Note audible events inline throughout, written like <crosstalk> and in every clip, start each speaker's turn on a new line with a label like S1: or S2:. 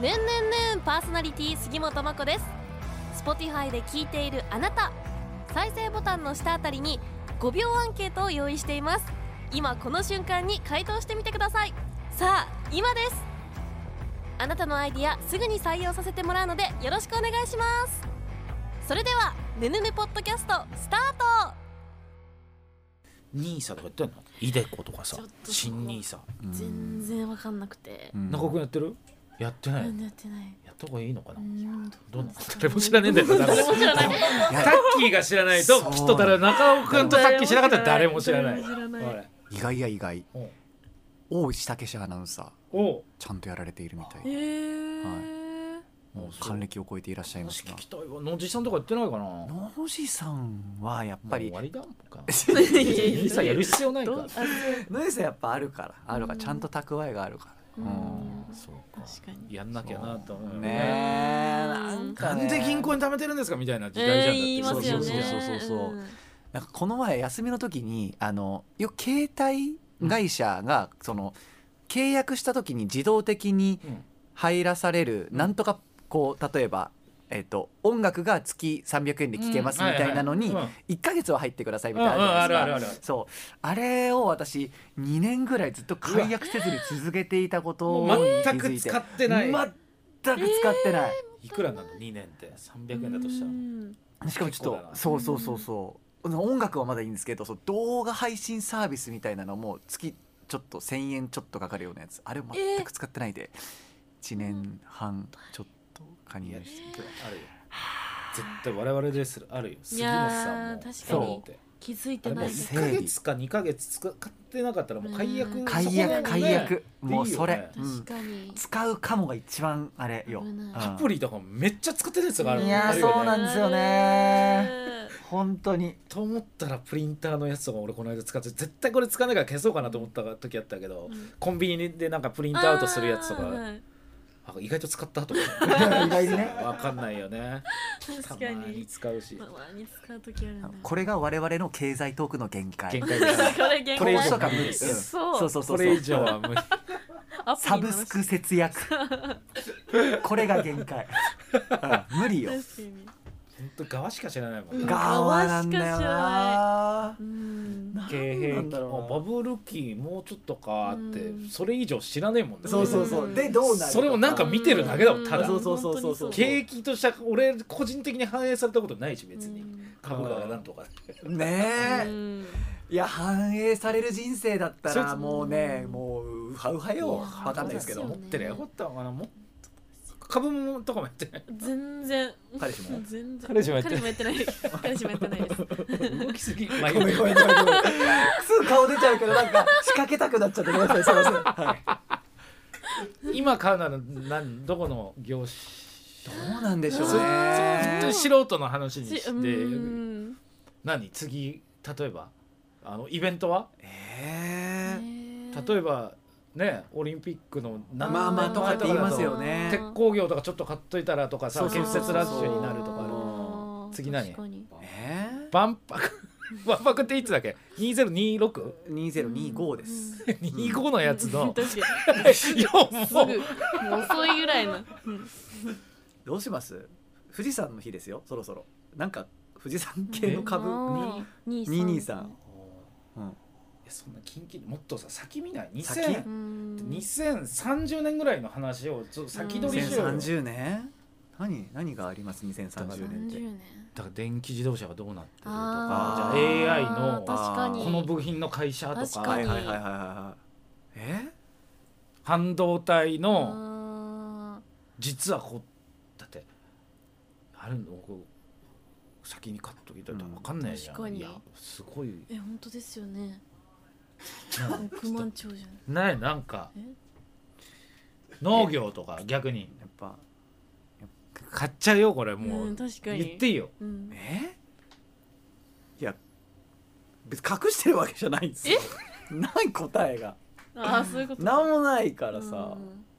S1: ねんねんねんパーソナリティ杉本真子です Spotify で聞いているあなた再生ボタンの下あたりに5秒アンケートを用意しています今この瞬間に回答してみてくださいさあ今ですあなたのアイディアすぐに採用させてもらうのでよろしくお願いしますそれではねぬねポッドキャストスタート
S2: ニーサとかやってんのイデコとかさ
S1: ちょっとそこ
S2: 新ニーサ
S1: 全然わかんなくて、
S2: 中くやってるやってない
S1: 全然やってない
S2: やった方がいいのかなど
S1: ど
S2: うなの誰も知らねえんだよ誰も
S1: 知ら
S2: <laughs>
S1: ない
S2: タッキーが知らないときっと誰中尾くんとタッキー知らなかったら誰も知らな
S1: 誰
S2: い
S1: も知らない
S2: ほら
S3: 意外や意外
S2: うん
S3: 大石武史アナウンサー
S2: おう
S3: ちゃんとやられているみた
S1: え
S3: い
S1: ー
S2: も
S3: も
S2: う
S3: う
S2: そう
S3: 還暦を超えていらっしゃいます
S2: 話
S3: が
S2: 聞きたいわ野地さんとかやってないかなも
S3: 野地さんはや
S2: う
S3: っぱり
S2: 終わりだもん <laughs> か
S3: <laughs>
S1: いやいやいや
S2: ニーサやる必要ないか
S1: どう
S2: ら
S1: あそう
S3: 野地さんやっぱあるからあるから
S1: うん
S3: ちゃんと蓄えがあるから
S1: う
S3: うん
S1: ん
S2: そうか
S1: 確かに
S2: やんなきゃなと思う
S3: ねえ
S1: うん
S3: なん
S2: な
S3: かね
S2: んで銀行に貯めてるんですかみたいな時代じ
S1: え
S2: ゃんだっ
S1: ー
S2: て
S1: 言いますよね
S3: そうそうそうそうそうなんかこの前休みの時にあのよく携帯会社がその契約した時に自動的に
S2: うん
S3: 入らされるなんとかこう例えばえっと音楽が月300円で聴けますみたいなの
S2: うん
S3: に
S2: はいはい
S3: 1ヶ月は入ってくださいみ
S2: うんう
S3: たい
S2: ん
S3: なの
S2: あ
S3: ある
S2: る
S3: じゃ
S2: あ
S3: な
S2: る
S3: いで
S2: あ
S3: す
S2: る
S3: かそうあれを私2年ぐらいずっと解約せずに続けていたこと
S2: も
S3: を
S2: う全
S3: 気づ
S2: く
S3: いて
S2: 使ってない、
S3: 全く使ってない、
S2: いくらなの2年って300円だとしたら
S1: うん
S3: しかもち
S2: 結構
S3: ょ
S2: だ
S3: っ
S2: な
S3: とそうそうそうそう音楽はまだいいんですけどそう動画配信サービスみたいなのも月ちょっと1,000円ちょっとかかるようなやつあれを全く使ってないで、1年半ちょっと加
S2: い
S3: 入
S2: や
S3: して
S2: あるよ絶対我々ですらあるよ杉本さんも
S1: いやー確
S3: かに
S2: う
S1: 気づい
S2: あ
S1: て
S2: れ
S1: な
S2: もう
S1: い
S3: せ
S2: 1ヶ月か2ヶ月使ってなかったらもう解約
S1: うん
S3: 解約解約もうそれ
S2: で
S3: うん
S1: 確かに
S3: 使うかもが一番あれよ
S1: 危ない
S2: アプ
S3: リ
S2: リとかもめっちゃ使ってるやつがある
S3: いやー
S2: あるよね
S3: そうなんですよね本当に
S2: と思ったらプリンターのやつとか俺この間使って絶対これ使わないから消そうかなと思った時やったけど、
S1: うん
S2: コンビニでなんかプリントアウトするやつと
S1: あー
S2: か
S1: はい
S2: あ意外と使ったとか
S3: <laughs> 意外にね
S2: わかんないよねた
S1: 確
S2: ま
S1: か
S2: に
S1: に
S2: 使うし
S1: たまに使う時あるんだ
S3: これが我々の経済トークの限界
S2: 限界です
S1: これ限
S2: <laughs> これ以
S1: 界
S2: 上
S3: と
S2: は
S3: か
S2: 無
S3: 無
S2: 理
S3: 理
S2: で
S3: ですす
S1: そう
S3: そうそうそう
S2: これ以上は無理
S1: アプリ
S3: サ
S1: の話
S3: ブスク節約これが限界、うん無理よ
S1: 確かに
S2: 本当側しか知らないもん
S1: うん
S2: ね
S3: 側なんだよ
S1: しか知
S3: な
S1: うん
S3: な
S2: 経
S3: な
S2: 営
S3: んだろう
S2: バ
S3: な
S2: ブル期もうちょっとかって、
S1: うん
S2: それ以上知らねえもんね
S3: そうそうそううんでどうなると
S2: それをなんか見てるだけだもんただ
S3: そうそうそうそうそう
S2: 景気とした俺個人的に反映されたことないし別に、株価がなんとか
S3: ねえいや反映される人生だった
S2: そいつ
S3: らもうねもうウハウハよわかんないですけ
S1: そ
S3: ど
S1: う
S2: 持
S1: ですよね
S2: ってりゃよかったのかなもっ株もとかもやってない
S1: 全然
S3: 彼氏も
S1: 全然
S2: 彼氏もやってない
S1: ない彼氏もやってないです
S2: 動きすぎまあいい
S3: ごめんごめんごめんごめんすぐ顔出ちゃうけどなんか仕掛けたくなっちゃってごめんなさいすいません、 <laughs> はい
S2: 今買うなら何どこの業種
S3: どうなんでしょ
S2: そう本当に
S3: ね
S2: 素人の話に
S1: う
S2: して
S1: ん
S2: 何次例えばあのイベントは
S3: えー
S2: 例えばねオリンピックの
S3: あまあまあとかって言いますよね
S2: 鉄鋼業とかちょっと買っといたらとかさ
S3: そうそう
S2: 建
S3: そう
S2: 設ラッシュになるとか
S3: あ
S2: ある
S3: の
S2: 次何
S1: 確かに
S3: え
S2: 万博 <laughs> 万博っていつだっけ 2026?25
S3: ー、2025です <laughs>
S2: のやつの
S1: 確か
S2: <laughs> いや
S1: にすぐ
S2: も
S1: も
S2: う
S1: う遅いぐらいの
S3: どうします富士山の日ですよそろそろなんか富士山系の株に
S1: に
S3: 223うん
S2: いやそんな近々もっとさ先見ない
S3: 先
S2: 2000 2030年ぐらいの話をちょっと先取りしようよ
S3: 2030年何何があります2030年って
S2: だから電気自動車がどうなってると
S3: あ
S2: か
S3: ー
S2: じゃあ AI
S1: 確
S2: の
S1: かに
S2: この部品の会社と
S1: 確
S2: か
S1: か
S3: は
S1: に
S3: いはいはいはいはいはいえ
S2: 半導体の、
S1: の
S2: 実はこうだってあるのこう先に買っときたら分かんないじゃん、
S1: うん確かに
S2: いやすごい
S1: え本当ですよね
S2: な
S1: 億万長じゃ
S2: ないなんか
S1: え
S2: 農業とか逆に
S3: やっぱ
S2: 買っちゃうよこれ
S1: ない
S2: もう、
S1: ん確かに
S2: 言っていいよ
S1: うん
S3: えいや別に隠してるわけじゃないんですよ <laughs> ない答えが
S1: あーそういうこと
S3: 何
S1: も
S3: もないからさ、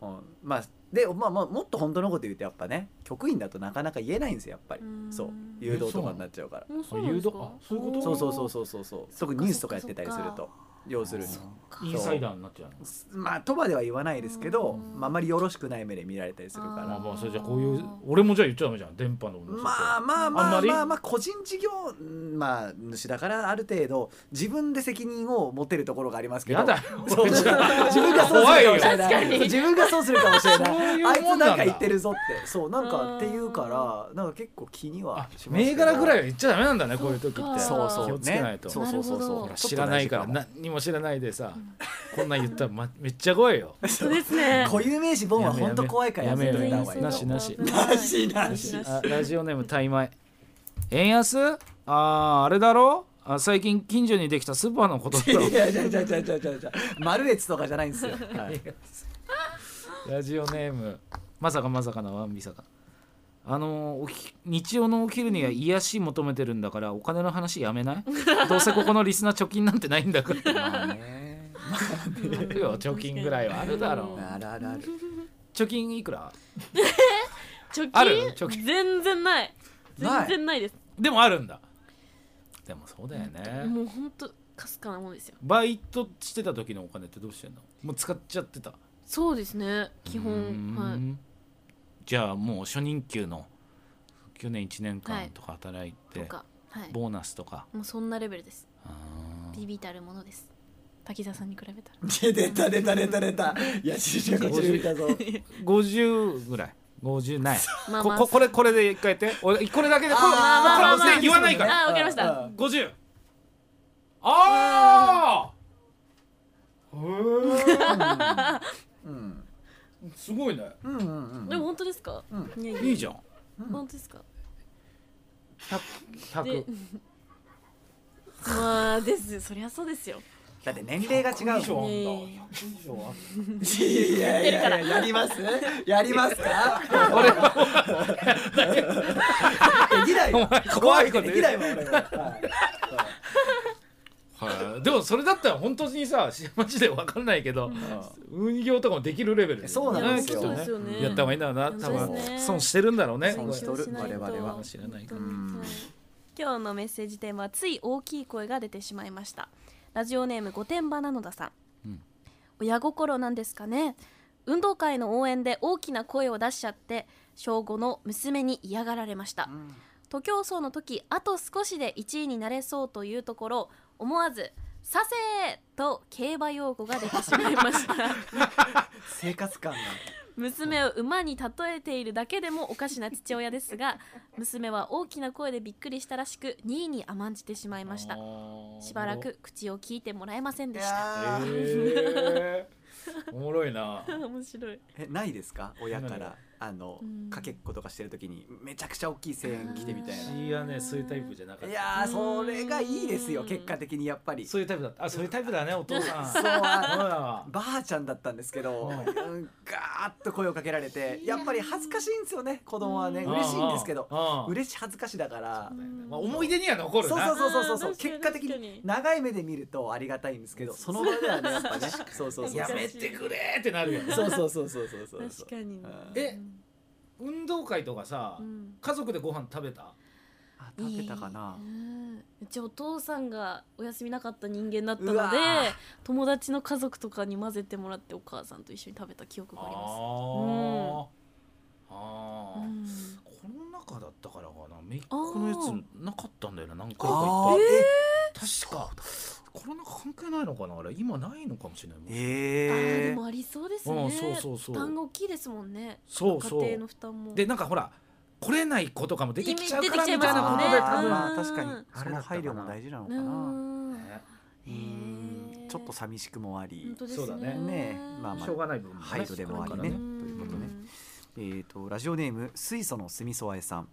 S3: うんまあでまあまあもっと本当のこと言うとやっぱね局員だとなかなか言えないんですよやっぱり
S1: うん
S3: そう誘導とかになっちゃうから
S1: もうそうなんですか
S2: あ誘導あそういうこと
S3: そうそうそうそうそうそう特にニュースとかやってたりすると要するに
S2: そ
S1: か
S2: インサイダーになっちゃうの
S3: まあとまでは言わないですけど、
S1: うん
S3: まあ、あまりよろしくない目で見られたりする
S1: あ
S3: か
S1: ー
S2: まあ
S3: ら
S2: まあそれじゃこういう俺もじゃあ言っちゃダメじゃん電波の女
S3: まあまあ
S2: あん
S3: ま
S2: ま
S3: あ
S2: り
S3: まあまあ個人事業うんまあ主だからある程度自分で責任を持てるところがありますけど
S2: やだよ <laughs>
S3: そう自
S2: じゃあ
S3: 分がそうするかもしれ
S1: 怖
S3: ない
S1: よ
S3: い自分がそうするかもしれない
S2: そういうもんな
S3: あ
S2: いんだ
S3: つなんか言ってるぞってそうなん
S1: うん
S3: かっていうからなんか結構気には
S2: あ
S3: します
S2: 銘
S3: けど
S2: 柄ぐらいは言っちゃダメなんだねこういう時
S1: そっ
S2: って
S1: か
S3: そうそう
S2: 気をつけないと
S3: ね、そうそうそう
S1: なるほ
S3: そ
S1: ど
S3: う
S2: 知らないから
S3: ちょっと大事
S2: 何にも知らないでさこんなん言ったらまめっちゃ怖い
S3: <laughs>
S2: よ
S1: そうですね
S3: かも固有名詞ボンは本当怖いからやめ
S2: や
S3: と
S2: め
S3: い
S2: よ
S3: た
S2: う
S3: 方がいい
S2: なしなし
S3: なしなし
S2: あラジオネームタイマイ円安あああれだろあ最近近所にできたスーパーのことだろ
S3: いやいやいやいやいやいやいや丸越とかじゃないんです <laughs> よ、はい
S2: ラジオネームまさかまさかなワンビサかあのおき日曜のお昼には癒し求めてるんだからお金の話やめないどうせここのリスナー貯金なんてないんだから
S3: まあね
S2: あるよ貯金ぐらいはあるだろう
S3: あるあるある
S2: 貯金いくら
S1: 貯金
S2: ある貯金
S1: 全然ない
S3: な
S1: 全
S3: い
S1: 然ないです
S2: でもあるんだでもそうだよね
S1: もう本当かすかなものですよ
S2: バイトしてた時のお金ってどうしてんのもう使っちゃってた
S1: そうですね基
S2: う
S1: 本
S2: ん
S1: はい
S2: じゃあもう初任給の去年1年
S1: は
S2: 間
S1: い
S2: とか働いて、
S1: とかはい
S2: ボーナスとか
S1: もうそんなレベルです
S2: あー
S1: ビビたるものです滝沢さんに比べたら
S3: <laughs> 出た出た出た出たいや知り合いこっち見たぞ
S2: 50ぐらい50ない
S1: まあ
S2: こ
S1: まあ
S2: ここれこれで一回やって俺これだけでこれこれ
S3: あーまあまあま
S2: こ
S3: あ
S2: れ言わないから
S1: あーわかりました
S3: うん
S2: 50ああ
S3: うん
S2: すごいね
S3: うんうん
S1: でも本当ですか
S3: う
S1: いや
S2: いい
S1: い
S2: じゃん
S1: ゃん本当ですか
S2: 100
S1: でまあですそりゃそうですよ
S3: だって年齢が違うもん
S1: いやいやいや
S2: 100以上ある
S3: いやいやいややりますやりますか
S2: 俺
S3: <laughs>
S2: は
S3: できないよ
S2: お前怖
S3: 怖
S2: い
S3: い
S2: こと言う
S3: できないもん俺ははい
S2: はいでもそれだったら本当にさマジで分かんないけど運用とかもできるレベルだよね
S3: そうなんですよ
S2: きっとね
S1: そうですよね
S2: やった方がいいんだろうな多
S1: そうです
S2: 分
S1: ね
S2: 損してるんだろう <laughs> ね
S3: 損しとる
S1: 勉強ないと
S3: 我々は
S2: 知らないか
S1: 本当に
S2: ら
S1: はい今日のメッセージテーマはつい大きい声が出てしまいましたラジオネーム御殿場なのださん、
S2: うん
S1: 親心なんですかね運動会の応援で大きな声を出しちゃって小5の娘に嫌がられました
S3: うん
S1: 徒競走の時あと少しで1位になれそうというところ思わず「させー!」と競馬用語が出てしまいました
S2: <laughs>
S3: 生活感が
S1: 娘を馬に例えているだけでもおかしな父親です <laughs> が娘は大きな声でびっくりしたらしく2位に甘んじてしまいましたしばらく口を聞いてもらえませんでした
S2: へーおもろい
S1: <laughs>
S2: な
S1: 面白い
S3: えないですか親か
S2: ない
S3: らあの
S1: うん
S3: かけっことかしてるときにめちゃくちゃ大きい声援来てみたいな
S2: 私はねそういうタイプじゃなかっ
S3: い
S2: た
S3: やーそれがいいですよ
S1: うん
S3: 結果的にやっぱり
S2: そういうタイプだったあそういうタイプだねお父さん
S3: そ
S2: そ
S3: うあ
S2: うだわ
S3: ばあちゃんだったんですけど、
S2: う
S3: うんん、ガーッと声をかけられてやっぱり恥ずかしいんですよね子供はね
S1: うん
S3: 嬉しいんですけど
S2: うんうん
S3: 嬉しい恥ずかしいだから
S2: まあ思い出には残
S3: そう
S2: る
S3: そう
S2: な
S3: そうそうそうそう
S1: 確かに
S3: 結果的
S1: 確かに
S3: に長い目で見るとありがたいんですけどその場ではねやっぱねそうそうそう
S2: やめてくれーってなるよね
S3: そうそうそうそうそうそう
S1: 確かにね
S3: うん
S2: え運動会とかさ
S1: うん
S2: 家族でご飯食べた
S3: あ食べたかない
S1: いねうちお父さんがお休みなかった人間だったの
S3: う
S1: で
S3: わー
S1: 友達の家族とかに混ぜてもらってお母さんと一緒に食べた記憶があります
S2: あーあー
S1: うん
S2: この中だったからかなめいっ子のやつなかったんだよな何回か
S3: あ
S2: い
S3: ー
S2: っぱい
S3: え
S2: 確かコロナ禍関係ないのかなあれ今ないのかもしれない
S1: あー
S3: え
S1: で
S3: ー
S1: もありそうです
S2: う
S1: ね
S2: んそうそうそう
S1: 負担が大きいですもんね
S2: そうそう
S1: 家庭の負担も
S2: でなんかほら来れない子とかも出てきちゃうか
S1: 出
S2: ら
S1: てきちゃいま
S2: みた
S1: す
S2: いな
S1: も
S2: こ
S1: んね
S2: と
S1: う
S2: で
S1: ん
S2: 多
S3: まあ確か
S2: そ
S3: にそう
S2: だ
S3: の
S2: ったかな
S3: 配慮も大事なのか
S1: う
S3: な
S1: ん
S2: 分ね
S3: うんちょっと寂しくもあり
S1: 本当です
S2: そう
S1: ね
S2: だね
S3: ねまあまあ
S2: しょうがない部分もね
S3: 配慮でもあり
S2: るか
S3: ね
S2: ら
S3: ということねえー、とラジオネーム水素のすみそあえさん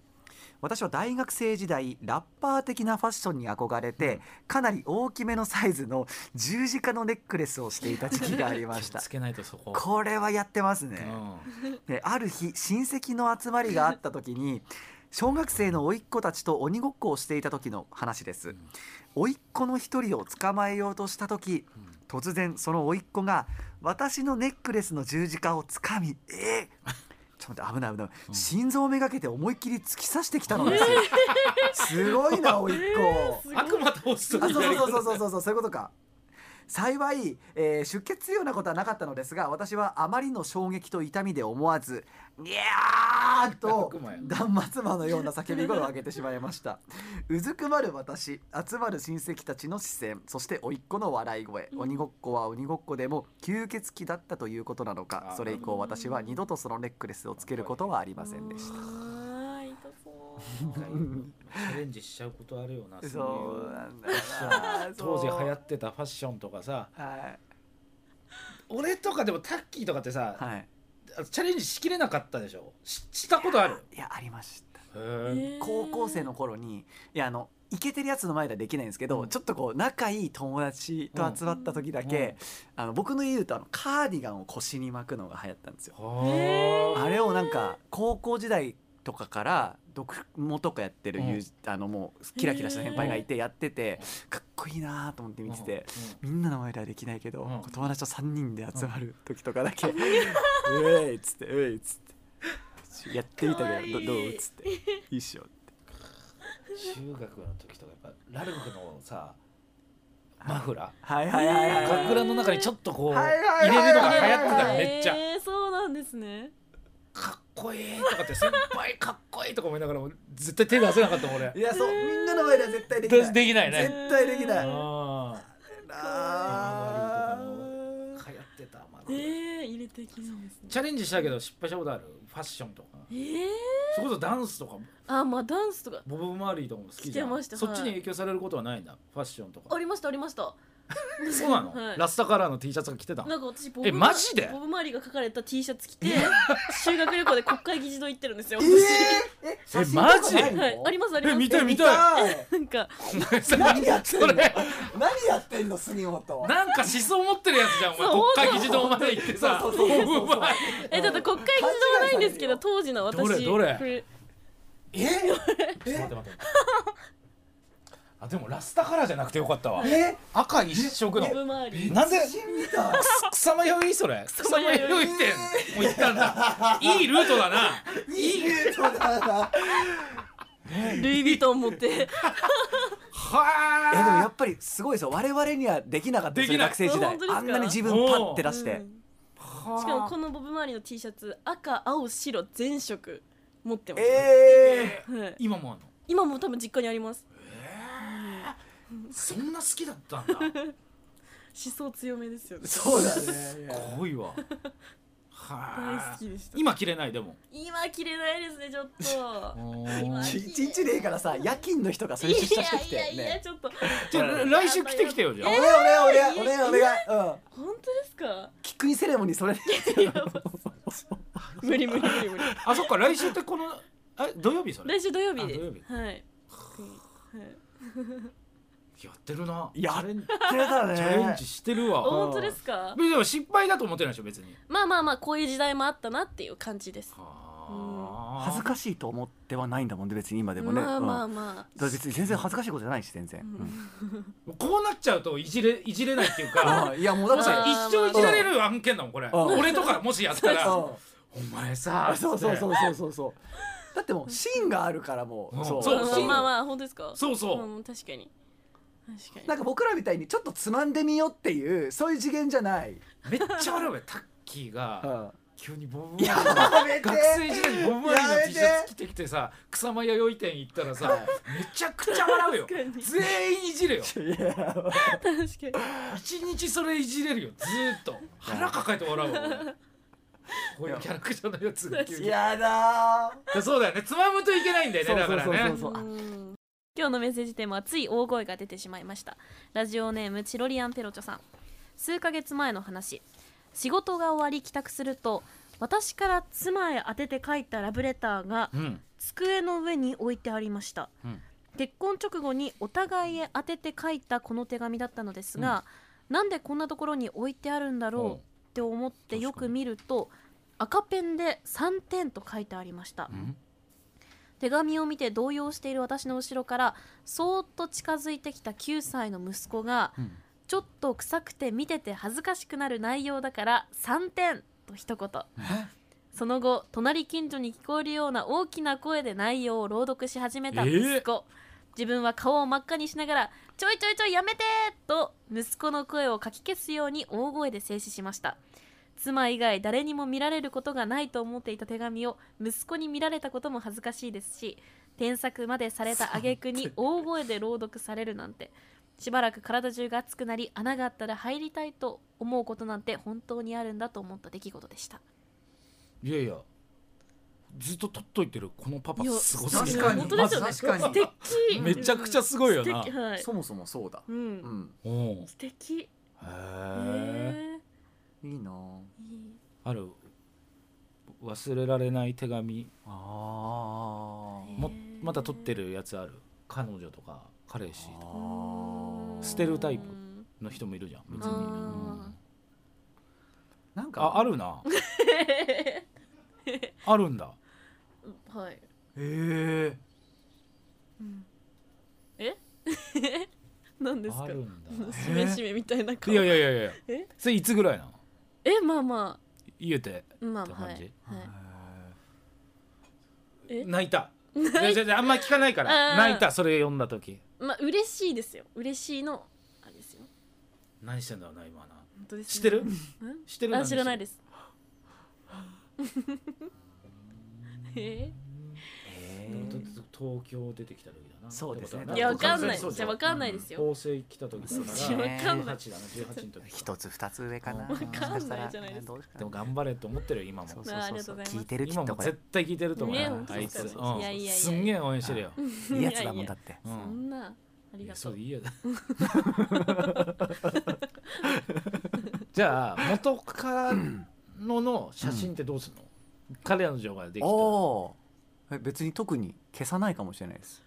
S3: 私は大学生時代ラッパー的なファッションに憧れて、
S2: うん
S3: かなり大きめのサイズの十字架のネックレスをしていた時期がありまし
S2: <laughs> 気を
S3: た
S2: つけないとそこ
S3: これはやってます
S2: う
S3: ね、
S2: ん
S3: である日親戚の集まりがあった時に小学生の甥っ子たちと鬼ごっこをしていた時の話です
S2: ん
S3: 甥っ子の一人を捕まえようとした時突然その甥っ子が私のネックレスの十字架をつかみえーちょっと待って危ない危ない、
S2: うん
S3: 心臓めがけて思いっきり突き刺してきたのですよ、
S2: <laughs>
S3: すごいな甥っ子、
S2: 悪魔倒す
S3: あ
S2: と
S3: そうそうそうそうそうそうそういうことか幸い、えー出血するようなことはなかったのですが私はあまりの衝撃と痛みで思わず「いやー!」と
S2: 悪魔や
S3: 断末魔のような叫び声を上げてしまいましたうずくまる私集まる親戚たちの視線そして甥っ子の笑い声、
S1: うん
S3: 鬼ごっこは鬼ごっこでも吸血鬼だったということなのか
S2: あ
S3: それ以
S1: なるほ
S3: 降
S1: ど
S3: 私は二度とそのネックレスをつけることはありませんでした
S1: あー痛そう
S2: 一回チャレンジしちゃうことあるよな
S3: そ
S2: そうういう
S3: なんだよ
S2: <laughs>
S3: な
S2: 当時流行
S3: っ
S2: ってたファッションとかさ
S3: たはい、
S2: <laughs> 俺とかでもタッキーとかってさ、
S3: はい、
S2: チャレンジしきれなかったでしょししたことある
S3: いやありました
S2: へえ
S3: <laughs> 高校生の頃にいやあのイケてるやつの前ではできないんですけど、
S2: うん
S3: ちょっとこう仲いい友達と集まった時だけ、あの僕の家で言うとあのカーディガンを腰に巻くのが流行ったんですよ。
S1: へー
S3: あれをなんか高校時代とかから読モとかやってる友人、あのもうキラキラした先輩がいてやってて、かっこいいなと思って見てて、、みんなの前ではできないけど、
S2: うん
S3: 友達と3人で集まる時とかだけ「うえい!」っつって「うえい!」っつって「やってみた
S1: かわ
S3: け
S1: いい
S3: どどどう?」っつって「いいっしょ」
S2: 中学の時とかやっぱラルクのさマフラ
S3: はいはいはいはい
S2: ー
S3: はい
S2: 学ランの中にちょっとこう
S3: は
S2: 入
S3: いはいはい
S2: れるのが流行ってたのめっちゃ
S1: えー、そうなんですね
S2: かっこいいとかって先輩かっこいいとか思いながらも絶対手出せなかったもん俺
S3: いやそうみんなの前では絶対できない
S2: でできないね
S3: 絶対できない
S1: うん
S2: あ
S3: あ
S2: ー流行ってたマ
S1: え
S2: ジで
S1: ー、入れてきるんですね
S2: チャレンジしたけど失敗したことあるファッションとか
S1: えー、
S2: それこそダンスとか
S1: あまあダンスとか
S2: ボブ・マーリーとかも好きじゃ
S1: 来
S2: ん
S1: てました
S2: そっち
S1: は
S2: に
S1: い
S2: 影響されることはないんだファッションとか
S1: ありましたありました
S2: そうなの、
S1: はい
S2: ラスタカラーの T シャツが着てたの
S1: なんか私ボブ
S2: えマジで
S1: ボブマリーが書かれた T シャツ着て修学旅行で国会議事堂行ってるんですよ
S3: え
S1: 私、
S3: ー、え写真とかないの
S1: はいありますあります
S2: え見たい見たい
S3: たい
S1: なんか
S2: お前さ
S3: 何やってん
S2: <laughs>
S3: の
S2: それ
S3: 何やってんの杉本
S2: なんか思想持ってるやつじゃん
S1: そう
S2: お前国会議事堂まで行ってさ
S3: そうそうそうそう
S2: お前
S1: えちょっと国会議事堂はないんですけど当時の私
S2: どれどれ
S1: これ
S3: え
S2: ちょっと待って待ってあでもラスタカラーじゃなくてよかったわ
S3: ええ
S2: 赤一色
S1: ボ
S2: の
S1: ブマーリー
S2: なんで
S3: 写真見た
S2: 草間弥生それ
S1: 草
S2: 草
S1: 間
S2: 間
S1: 彌生
S2: 弥生ってもう行ったんだいいルートだない
S3: いルートだな
S1: ルイ・ヴィトン持って
S3: えでもや
S2: は
S3: っぱりすごいですよ我々にはできなかったです
S2: で
S3: よ
S2: きない
S3: 学生時代
S1: 本当ですか
S3: あんなに自分パッて出し
S1: う
S3: て
S1: ん
S2: あ
S1: しかもこのボブマーリーの T シャツ赤青白全色持ってま
S3: え
S1: す、
S3: え
S1: はい、
S2: 今もあんの
S1: 今も多分実家にあります
S2: そんな好きだったんだ <laughs>
S1: 思想強めですよね
S3: そうだね
S2: 濃いわ
S1: 大好
S2: は
S1: きでした
S2: 今着れないでも
S1: 今着れないですねちょっと今
S3: ち一日でいいからさ夜勤の人がそういう出社してき
S1: いや
S3: て
S1: いやいや
S3: ね
S1: ちょっと
S2: じゃあ来週着てきてよじゃあ
S3: お願いお願い
S1: え
S3: お願いお願いうん
S1: 本当ですか
S3: キックインセレモニーそれで
S1: 無理無理無理無
S3: <laughs>
S1: 理
S2: あそっか来週ってこのえ土曜日それ
S1: 来週土曜日
S2: あ
S1: で
S2: 土曜
S1: す
S2: 日
S1: はいうんはい
S2: やってるな
S3: や
S2: チ
S3: っ
S2: ャレンチ
S3: てたね
S2: ャレンジしてるわ
S1: 本当ですか
S2: でも失敗だと思ってないでしょ別に
S1: まあまあまあこういう時代もあったなっていう感じです
S2: は
S3: 恥ずかしいと思ってはないんだもんね別に今でもね、
S1: まあま
S3: う
S1: あ
S3: ん
S1: ま
S3: だから別に全然恥ずかしいことじゃないし全然、
S1: ん
S2: こうなっちゃうといじれいじれないっていう
S3: うん
S2: か
S3: <laughs> あいやもうだ
S2: も
S3: っ
S2: う
S3: て
S2: さ
S1: あ
S2: 一生いじられる案件だもんこれ
S3: うん
S2: 俺とかもしやったら
S3: う
S2: 「
S3: ん
S2: お前さ」
S3: あそうそうそううそうそうそうだってもう芯があるからもう、
S2: うん
S3: そう
S1: あまあ
S2: そ
S1: ま
S2: う
S1: あまあまあ本当ですか
S2: そうそう
S1: うん確かに確かに
S3: なんか僕らみたいにちょっとつまんでみようっていうそういう次元じゃない、
S2: めっちゃ悪いわタッキー
S3: う
S2: が
S3: ん、
S2: 急にボブマリー
S3: やめて
S2: 学生時代にボブマリーの T シ
S3: や
S2: ャ
S3: め
S2: ツ着てきてさ草間弥生店行ったらさめちゃくちゃ笑うよ
S1: 確かに
S2: 全員いじるよ
S3: いや
S1: 確かに
S2: 一日それいじれるよずーっと腹抱えて笑うわ俺こういうキャラクターのやつ急に
S3: やだ
S2: そうだよねつまむといけないんだよねだから
S3: そうそうそう
S2: ね
S3: そうあ
S1: うん今日のメッセージテーマはつい大声が出てしまいましたラジオネームチロリアンペロチョさん数ヶ月前の話仕事が終わり帰宅すると私から妻へ宛てて書いたラブレターが
S2: うん
S1: 机の上に置いてありました、
S2: うん
S1: 結婚直後にお互いへ宛てて書いたこの手紙だったのですが、なんでこんなところに置いてあるんだろうって思ってよく見ると赤ペンで3点と書いてありました、
S2: うん
S1: 手紙を見て動揺している私の後ろからそーっと近づいてきた9歳の息子が
S2: うん
S1: ちょっと臭くて見てて恥ずかしくなる内容だから3点と一言その後隣近所に聞こえるような大きな声で内容を朗読し始めた息子、自分は顔を真っ赤にしながら「ちょいちょいちょいやめて!」と息子の声をかき消すように大声で制止しました妻以外誰にも見られることがないと思っていた手紙を息子に見られたことも恥ずかしいですし添削までされた挙句に大声で朗読されるなんてしばらく体中が熱くなり穴があったら入りたいと思うことなんて本当にあるんだと思った出来事でした
S2: いやいやずっと取っといてるこのパパ
S1: いや
S2: すごすぎ
S3: 確
S2: る
S3: かに
S1: 本当ですよね
S3: 確かに
S1: 素敵
S2: めちゃくちゃすごいよな
S1: 素敵はい
S3: そもそもそうだ
S1: う
S3: うんん
S2: うんへ
S1: 素敵
S2: え
S1: へ
S3: いいなぁ
S1: えいい
S2: ある忘れられない手紙
S3: あー
S2: も
S1: へー
S2: まだ取ってるやつある彼女とか彼氏とか
S3: あー
S2: 捨てるタイプ
S1: うん
S2: の人もいるじゃん別に
S1: あー
S2: うん
S3: なんか
S2: ああるなあるんだ
S1: <laughs> はい、
S3: へえ
S1: うんえ <laughs> 何ですか
S2: あるんだ
S1: しめしめみたいな顔
S2: いやいやいやいや
S1: え
S2: それいつぐらいなの
S1: えまあま
S2: 言うて
S1: あまあ
S2: って
S1: まあ
S2: 感
S1: はい、は
S2: じ
S1: い、え
S2: 泣いたいやいやあんま聞かないか
S1: あ
S2: ら
S1: ー
S2: 泣いたそれ読んだ時
S1: <laughs> まあ嬉しいですよ嬉しいのあれですよ
S2: 何してんだろうな今な
S1: 本当です、ね、
S2: 知ってる
S1: ん
S2: 知ってる
S1: あ知らない
S2: す <laughs>
S1: です。 <laughs> え
S2: 東京出てきた時だな
S3: そうですね
S1: ーいやわかんない。
S3: そうそうそう
S1: じゃあわかんないですよ。
S2: 法制来た時だから
S3: そうね
S1: わかんない
S2: 18だな18の時
S3: 一つ二つ上かな
S2: わか
S1: んないじゃないですか
S3: どうすか
S2: でも頑張れと思ってるよ今も
S3: そう
S1: うありがとうございます
S3: 聞いてるき
S2: 今
S3: っと
S2: も
S3: これ
S2: 絶対聞いてると思う
S1: ね
S2: よ
S1: 本当
S2: あい
S1: です
S2: つ
S1: か
S2: う
S1: いやいやい
S2: ん
S1: や
S2: すんげえ応援してるよ
S3: いいやつだもんだって
S2: う
S1: そ
S2: ん
S1: んなあり
S2: い
S1: が
S2: や
S1: と
S2: そうれ。いいやだじゃあ元カノの写真ってどうするの、彼らの情報ができたら
S3: おーえ別に特に消さないかもしれないです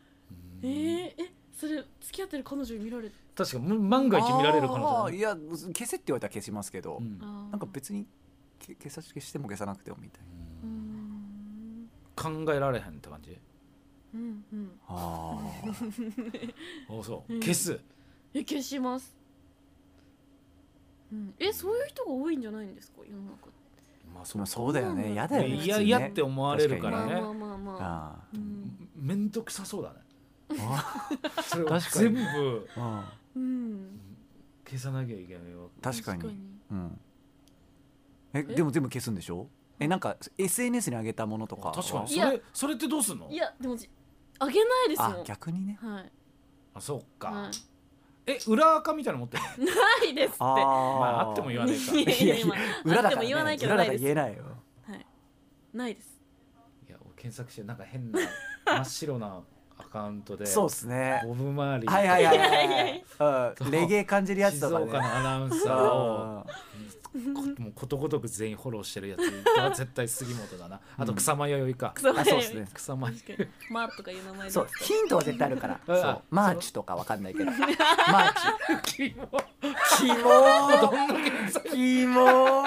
S1: えー、えそれ付き合ってる彼女に見られ
S2: 確かむ万が一見られる可能
S3: あー
S2: 性
S3: いや消せって言われたら消しますけど、
S2: うん
S1: な
S3: なんか別にけ消さ消しても消さなくてもみたいな
S1: うん
S2: 考えられへんって感じ
S1: うんうん。 <laughs>
S3: あー
S2: あそう
S1: うん
S2: 消す
S1: え消します。うん、えそういう人が多いんじゃないんですか世の中。
S2: まあそう
S3: まあそうだよね嫌だ
S2: い
S3: よね
S2: や
S3: 普通ね
S2: 嫌って思われるからね
S1: まあまあまあまあ。
S3: あ
S1: うん
S2: めんどくさそうだね
S3: ーあ
S2: それを
S3: 確か
S2: 全
S3: に
S2: 部
S3: ーあ
S1: うん。
S2: 消さなきゃいけないわ
S3: ー確かにうんえでも全部消すんでしょえなんか SNS に上げたものとかは
S2: 確かに
S1: い
S2: そ
S1: や
S2: れそれってどうすんの
S1: いやでもじあげないです
S3: あ
S1: もん。
S3: 逆にね
S1: はい。 <laughs>
S2: あそうか、
S1: はい
S2: え裏垢みたいなの持ってる
S1: ないですって。
S3: あー、
S2: まああっても言わな
S1: <laughs>
S2: いか
S1: いやいや
S3: いやいや
S1: 今
S3: 裏
S1: あっても
S3: だから、ね、
S1: 言わないけど
S3: 裏
S1: な
S3: だ
S1: いで
S3: から
S1: す。
S3: 言えないよ
S1: はい。ないです。
S2: いや俺検索してなんか変な真っ白なアカウントで
S3: そうですね
S2: ボブ周り
S3: はいはいはいはい
S1: やいやい
S3: はいうんレゲエ感じるやつ
S2: 静
S3: と
S2: 岡
S3: か
S2: の
S3: ね
S2: アナウンサーを
S3: あ
S2: もうことごとく全員フォローしてるやつ <laughs> は絶対杉本だなあと草間弥生か
S1: <laughs> 草間
S3: あそうっすね
S2: 草間
S1: 確かに。マーとかいう名前
S3: ー
S1: で
S3: そうヒントは絶対あるから
S2: うん
S3: そうマーチとかわかん
S1: <laughs>
S3: ないけどマー
S2: <laughs>
S3: チ
S2: キモ
S3: キモー
S2: どんな検索
S3: キモ